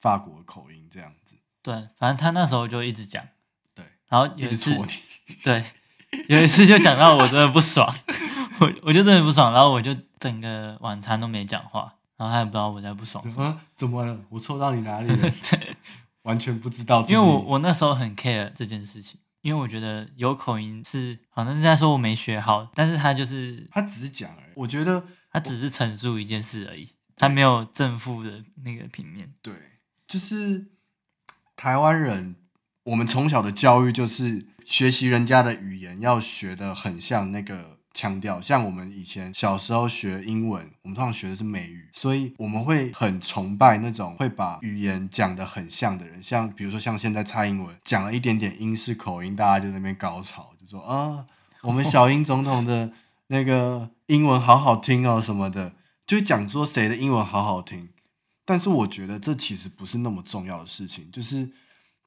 A: 法国口音这样子？
B: 对，反正她那时候就一直讲，
A: 对，
B: 然后
A: 一
B: 有一
A: 直
B: 次
A: 戳你，
B: 对，有一次就讲到我真的不爽， 我我就真的不爽，然后我就整个晚餐都没讲话，然后他也不知道我在不爽
A: 就，说啊怎么了？我戳到你哪里 了？完全不知道自己，
B: 因为我我那时候很 care 这件事情，因为我觉得有口音是好像是在说我没学好，但是他就是
A: 他只是讲而已，我觉得。
B: 他只是陈述一件事而已，他没有正负的那个平面，
A: 对，就是台湾人，我们从小的教育就是学习人家的语言，要学的很像那个腔调。像我们以前小时候学英文，我们通常学的是美语，所以我们会很崇拜那种会把语言讲得很像的人。像比如说像现在蔡英文讲了一点点英式口音，大家就在那边高潮，就说啊，我们小英总统的那个英文好好听哦什么的，就讲说谁的英文好好听。但是我觉得这其实不是那么重要的事情，就是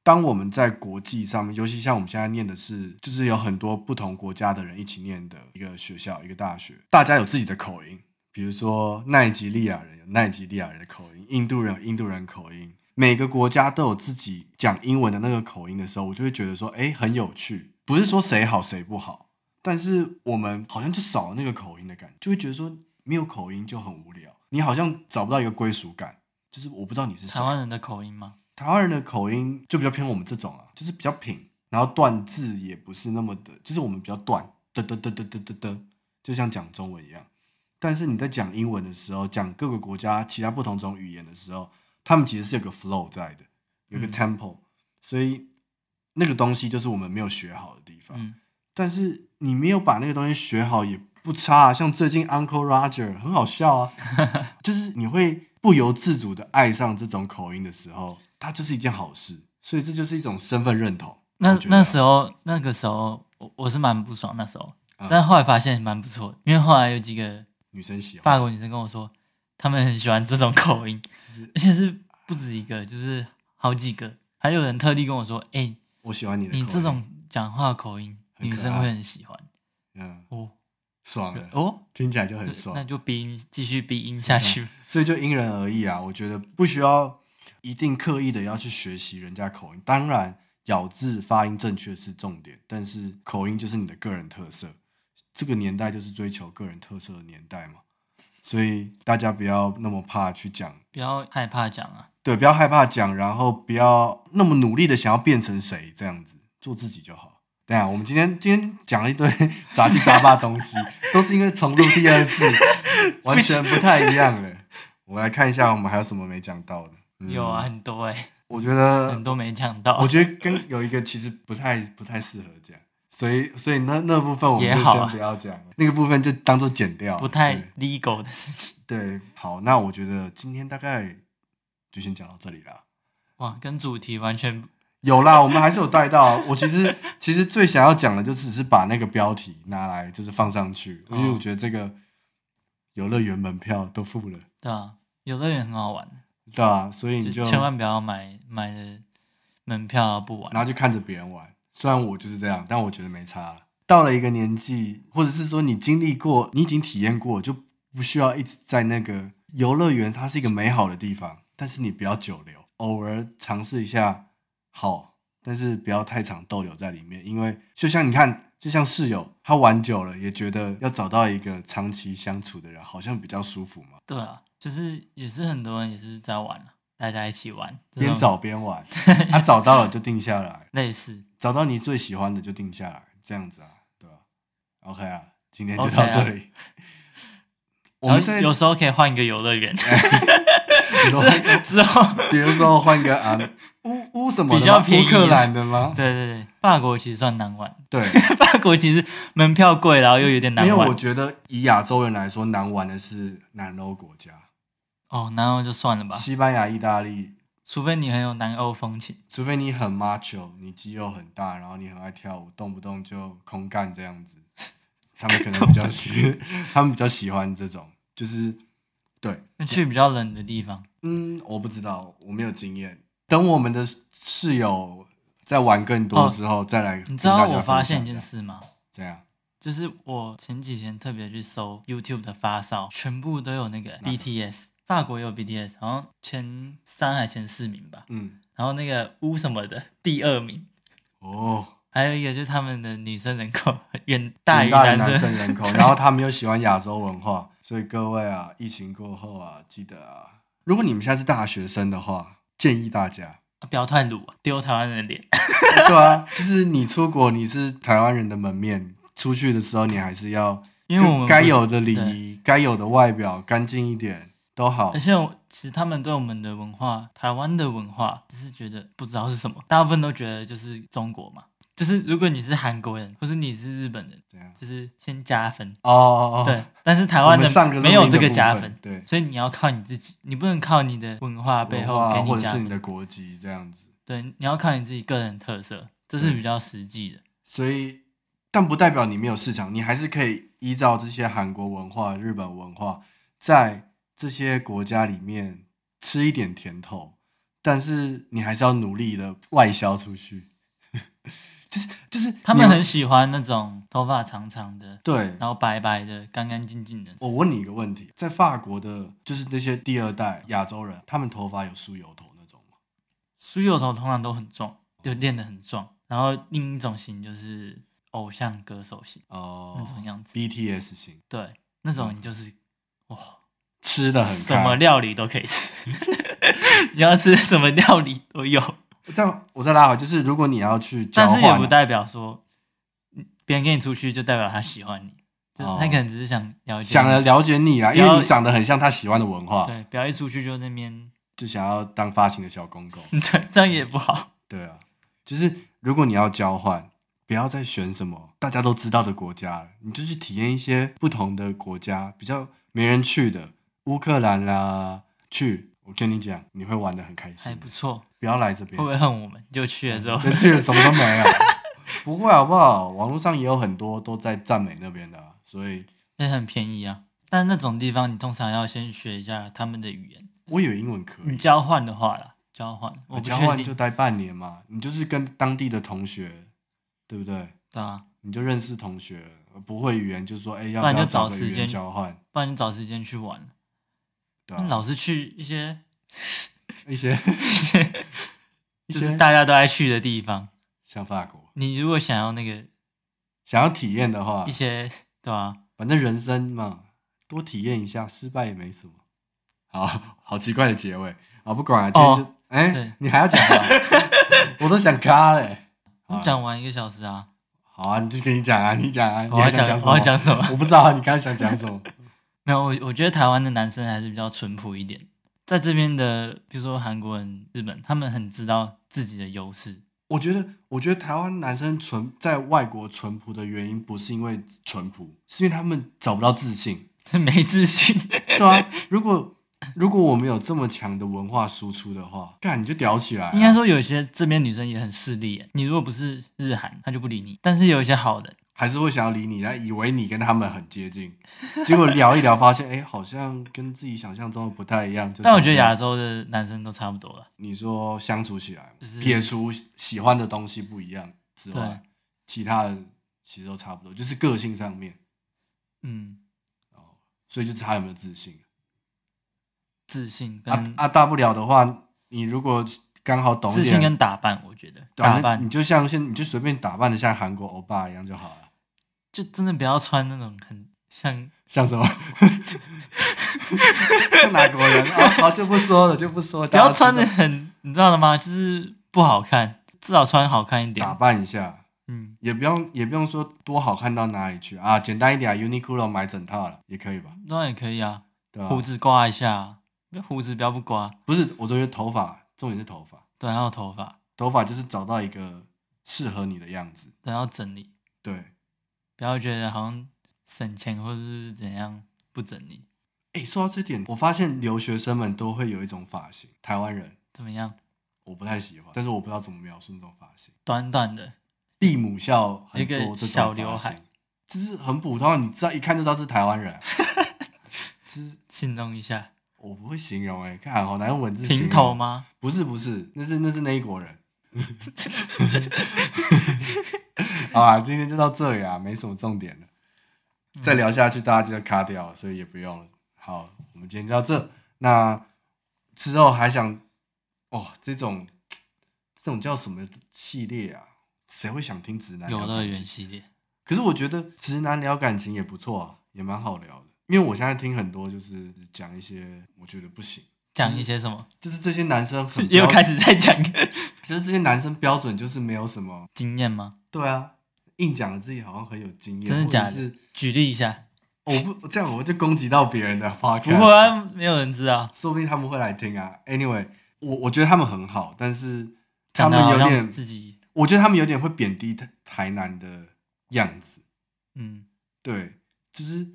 A: 当我们在国际上面，尤其像我们现在念的是，就是有很多不同国家的人一起念的一个学校、一个大学，大家有自己的口音，比如说奈及利亚人有奈及利亚人的口音，印度人有印度人口音，每个国家都有自己讲英文的那个口音的时候，我就会觉得说，哎，很有趣。不是说谁好谁不好，但是我们好像就少了那个口音的感觉，就会觉得说没有口音就很无聊，你好像找不到一个归属感，就是我不知道你是谁
B: 台。湾人的口音吗？
A: 台湾人的口音就比较偏我们这种啊，就是比较平，然后断字也不是那么的，就是我们比较断，的的的的的的的，就像讲中文一样。但是你在讲英文的时候，讲各个国家其他不同种语言的时候，他们其实是有个 flow 在的，有个
B: 嗯
A: tempo，、所以那个东西就是我们没有学好的地方。
B: 嗯，
A: 但是你没有把那个东西学好也不差、啊。像最近 Uncle Roger 很好笑 啊，就是你会不由自主的爱上这种口音的时候，它就是一件好事。所以这就是一种身份认同。
B: 那
A: 我觉得啊
B: 那时候那个时候我我是蛮不爽那时候，
A: 嗯
B: 但后来发现蛮不错的，因为后来有几个
A: 女生喜欢，
B: 法国女生跟我说，她们很喜欢这种 口音，
A: 就是
B: 而且是不止一个，就是好几个，还有人特地跟我说，哎、
A: 我喜 欢你的口音，
B: 你这种讲话口音，
A: 很
B: 女
A: 可
B: 生
A: 爱
B: 会很喜欢
A: 嗯，
B: 哦
A: 爽 了，
B: 哦，
A: 听起来就很
B: 那
A: 爽。嗯
B: 就鼻音继续鼻音下去，
A: 所以就因人而异啊，我觉得不需要一定刻意的要去学习人家口音。当然，咬字发音正确是重点，但是口音就是你的个人特色。这个年代就是追求个人特色的年代嘛，所以大家不要那么怕去讲，
B: 不要害怕讲啊，
A: 对，不要害怕讲，然后不要那么努力的想要变成谁这样子，做自己就好。对啊，我们今天今天讲了一堆 杂七杂八的东西，都是因为重录第二次，完全不太一样了。我们来看一下，我们还有什么没讲到的？嗯
B: 有啊，，很多哎、
A: 我觉得
B: 很多没讲到，
A: 我觉得跟有一个其实不太不太适合讲，所以所以那那部分我们
B: 也
A: 就
B: 好啊
A: 先不要讲了，那个部分就当做剪掉。
B: 不太 legal 的事情，
A: 对对，好，那我觉得今天大概就先讲到这里啦。
B: 哇，跟主题完全
A: 有啦，我们还是有带到。我其实 其实最想要讲的就只是把那个标题拿来就是放上去，因为
B: 哦
A: 我觉得这个游乐园门票都付了，
B: 对啊，游乐园很好玩，
A: 对吧、所以你就
B: 就千万不要买买的门票啊不玩
A: 然，后就看着别人玩。虽然我就是这样，但我觉得没差啦。到了一个年纪，或者是说你经历过，你已经体验过，就不需要一直在那个游乐园。它是一个美好的地方，但是你不要久留，偶尔尝试一下好，但是不要太常逗留在里面，因为就像你看，就像室友，他玩久了也觉得要找到一个长期相处的人，好像比较舒服嘛，
B: 对啊，就是也是很多人也是在玩啊，大家一起玩，这
A: 边
B: 种
A: 找边玩。他找到了就定下来，
B: 类似，
A: 找到你最喜欢的就定下来，这样子啊，对吧？OK 啊，今天就
B: OK
A: 到
B: 啊
A: 这 里。我
B: 然
A: 们
B: 后
A: 在
B: 有时候可以换一个游乐园，
A: 比如说
B: 之后，
A: 比如说换个啊乌乌什么的吗
B: 比较便宜
A: 乌克兰的 吗？
B: 对对对，法国其实算难玩，
A: 对，
B: 法国其实门票贵，然后又有点
A: 没
B: 难
A: 有，我
B: 玩。
A: 觉得以亚洲人来说，难玩的是南欧国家，
B: 哦，南欧就算了吧，
A: 西班牙、意大利，
B: 除非你很有南欧风情。
A: 除非你很 macho，你肌肉很大，然后你很爱跳舞，动不动就空干这样子，他们可能比较 喜，他们比较喜欢这种，就是对，
B: 那去比较冷的地方，
A: 嗯，我不知道，我没有经验。等我们的室友再玩更多
B: 哦
A: 之后，再来。
B: 你知道我发现一件，事吗？
A: 怎样？
B: 就是我前几天特别去搜 YouTube 的发烧，全部都有那个
A: 哪个
B: BTS，法国也有 BTS，好像前三还前四名吧。
A: 嗯，
B: 然后那个乌什么的第二名，
A: 哦，
B: 还有一个就是他们的女生人口远大于
A: 于
B: 男
A: 男
B: 生。
A: 生人 口，然后他们又喜欢亚洲文化，所以各位啊，疫情过后啊，记得啊，如果你们现在是大学生的话，建议大家，
B: 啊不要太鲁、啊，丢台湾人的脸。
A: 对啊，就是你出国你是台湾人的门面，出去的时候你还是要
B: 因为我们
A: 该
B: 不是
A: 有的礼
B: 对
A: 仪、该有的外表干净一点都好
B: 而。且我其实他们对我们的文化，台湾的文化，只是觉得不知道是什么，大部分都觉得就是中国嘛。就是如果你是韩国人，或是你是日本人，
A: 这样
B: 就是先加分。
A: 哦哦，哦
B: 对，但是台
A: 我
B: 湾
A: 们上个
B: 的
A: 录
B: 没有
A: 音
B: 这
A: 的
B: 个
A: 部
B: 加
A: 分
B: 分，
A: 对，
B: 所以你要靠你自己，你不能靠你的文化背
A: 文
B: 后
A: 化
B: 给
A: 或者
B: 加
A: 是你
B: 分。
A: 的国籍这样子。
B: 对，你要靠你自己个人特色，这
A: 嗯
B: 是比较实际的。
A: 所以，但不代表你没有市场，你还是可以依照这些韩国文化、日本文化，在这些国家里面吃一点甜头，但是你还是要努力的外销出去。 就是就是
B: 他
A: 你
B: 们很喜欢那种头发长长的，
A: 对。
B: 然后白白的、干干净净的。
A: 我问你一个问题，在法国的，就是那些第二代亚洲人，他们头发有梳油头那种吗？
B: 梳油头通常都很壮，就练得很壮。然后另一种型就是偶像歌手型那
A: 哦
B: 种样子，
A: ，BTS 型，
B: 对，那种你就是哇，
A: 吃的很
B: 什么
A: 开。
B: 料理都可以吃， 你要吃什么料理都有，
A: 这样我再拉回，就是如果你要去交
B: 但
A: 换
B: 是也不
A: 啊，
B: 代表说嗯别人跟你出去就代表他喜欢你，就
A: 哦
B: 他可能只是想了解你，
A: 想了了解你啊，因
B: 不要
A: 为你长得很像他喜欢的文化，
B: 对，不要一出去就那边，。
A: 就想要当发型的小公公
B: 对，这样也不好。
A: 对啊，就是如果你要交换，不要再选什么大家都知道的国家了，你就去体验一些不同的国家，比较没人去的乌克兰啦，去，我跟你讲，你会玩的很开
B: 还
A: 心
B: 哎不。错，
A: 不要来这
B: 会
A: 边
B: 不，会恨我们？就去了之后，
A: 就去什么都没有。 不会好不好？网络上也有很多都在赞美那边的啊、所以
B: 也很便宜啊。但那种地方，你通常要先学一下他们的语言。
A: 我以为英文可以
B: 你。交换的话啦，交换，我
A: 我
B: 哦不
A: 呃交
B: 确
A: 换就
B: 定，
A: 待半年嘛，你就是跟当地的同学，对不对？
B: 对啊，
A: 你就认识同学，不会语言就说，哎，要
B: 不然
A: 不
B: 就
A: 要找
B: 找
A: 个
B: 时
A: 语
B: 间
A: 言交换？
B: 不然你找时间去玩。
A: 对
B: 那
A: 啊，
B: 老是去一些
A: 一 些一
B: 就是
A: 些
B: 大家都爱去的地方，
A: 像法国，
B: 你如果想要那个
A: 想要体验的话
B: 一，些，对啊，
A: 反正人生嘛，多体验一下，失败也没什么。好 好奇怪的结尾啊，不管了，今天就哎、
B: 哦对
A: 你还要讲 吗？我都想卡嘞。好
B: 你
A: 啊
B: 讲完一个小时啊，
A: 好啊，你就跟你讲啊，你讲啊，你
B: 我要
A: 还想
B: 讲
A: 讲什
B: 我要
A: 么？
B: 讲什么？
A: 我不知道啊，你刚才想讲什么？
B: 没有，我我觉得台湾的男生还是比较淳朴一点，在这边的，比如说韩国人、日本，他们很知道自己的优势，
A: 我觉得，我觉得台湾男生淳在外国淳朴的原因，不是因为淳朴，是因为他们找不到自信。
B: 没自信。
A: 对啊，如果如果我们有这么强的文化输出的话，干你就屌起来啊、
B: 应该说有些这边女生也很势利耶，你如果不是日韩，她就不理你。但是有一些好人，
A: 还是会想要理你，但以为你跟他们很接近，结果聊一聊，发现哎、好像跟自己想象中的不太一样。就
B: 但我
A: 走
B: 觉得
A: 掉
B: 亚洲的男生都差不多了。
A: 你说相处起来，
B: 就是
A: 撇除喜欢的东西不一样之
B: 对
A: 外，其他的其实都差不多，就是个性上面，
B: 嗯，
A: 所以就是他有没有自信。
B: 自信跟、
A: 啊啊，大不了的话，你如果刚好懂一
B: 自
A: 点，
B: 信跟打扮，我觉得
A: 对啊
B: 打
A: 那
B: 扮
A: 你就像现你就随便打扮的像韩国欧巴一样就好了。
B: 就真的不要穿那种很像
A: 像什么？ 像哪国人？啊，好就不说了，就不说了。
B: 不要
A: 大家知道
B: 穿的很，你知道的吗？就是不好看，至少穿好看一点
A: 打。扮一下，
B: 嗯，
A: 也不用也不用说多好看到哪里去啊，简单一点啊，Uniqlo 买整套了也可以吧，
B: 当然也可以啊，
A: 对吧？
B: 胡子刮一下，胡子不要不刮，
A: 不是，我觉得头发，重点是头发，
B: 对，然后头发，
A: 头发就是找到一个适合你的样子，
B: 对，要整理，
A: 对。
B: 不要觉得好像省钱或者是怎样不整理，
A: 哎、说到这点，我发现留学生们都会有一种发型，台湾人
B: 怎么样？
A: 我不太喜欢，但是我不知道怎么描述那种发型。
B: 短短的，
A: 地母校很多
B: 一
A: 这种
B: 个小
A: 发型
B: 刘海，
A: 就是很普通，啊你知道一看就知道是台湾人啊。 就是
B: 形容一下，
A: 我不会形容哎、欸，看好难用文字形容。
B: 平头？吗？
A: 不是不是，那是那是那一国人。 好啊，今天就到这里啊，没什么重点了。再聊下去大家就要卡掉了，所以也不用了。好，我们今天就到这。那之后还想，哦，这种这种叫什么系列啊？谁会想听直男聊
B: 游乐
A: 感
B: 园
A: 情？
B: 系列，
A: 可是我觉得直男聊感情也不错啊，也蛮好聊的。因为我现在听很多就是讲一些我觉得不行，
B: 讲一些什么？啊
A: 就是这些男生 很
B: 又
A: 标
B: 开始在讲
A: 就是这些男生标准就是没有什么，
B: 经验吗？
A: 对啊，硬讲自己好像很有经验，
B: 真的假
A: 或者
B: 的
A: 是？
B: 举例一下，
A: 我不这样我就攻击到别人 的 p o
B: 不过啊没有人知道，
A: 说不定他们会来听啊。Anyway，我我觉得他们很好，但是他
B: 讲
A: 们
B: 的好
A: 有
B: 像
A: 点，
B: 自己，
A: 我觉得他们有点会贬低台台南的样子。
B: 嗯，
A: 对，就是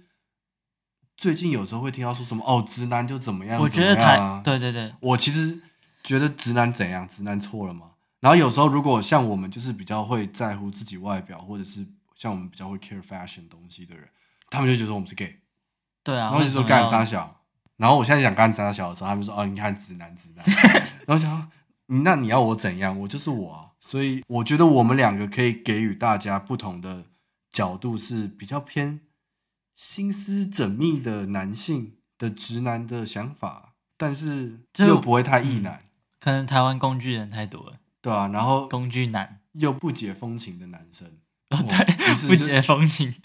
A: 最近有时候会听到说什么哦，直男就怎么样，
B: 我觉得
A: 怎么
B: 台，
A: 样啊
B: 对对对，
A: 我其实觉得直男怎样，直男错了吗？然后有时候如果像我们就是比较会在乎自己外表，或者是像我们比较会 care fashion 东西的人，他们就觉得我们是 gay，
B: 对啊，
A: 然后
B: 为
A: 就
B: 什
A: 说
B: 么
A: 干
B: 要
A: 傻小。然后我现在想干傻小的时候，他们说哦，你看直男直男，然后我想说那你要我怎样？我就是我啊。所以我觉得我们两个可以给予大家不同的角度，是比较偏心思缜密的男性的直男的想法，但是
B: 就嗯
A: 又不会太意男，
B: 可能台湾工具人太多了，
A: 对啊，然后
B: 工具男，
A: 又不解风情的男生，
B: 哦
A: 哇
B: 对，
A: 是
B: 不
A: 就
B: 解风情，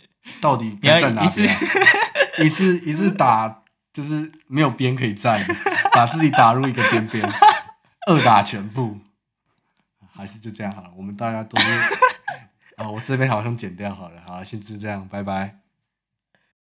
A: 到底
B: 你要
A: 该站哪
B: 一次
A: 边啊？一次一次打就是没有边可以站，把自己打入一个边边，二打全部，还是就 这样好了。我们大家都是啊，我这边好像剪掉好了，好，先是这样，拜拜。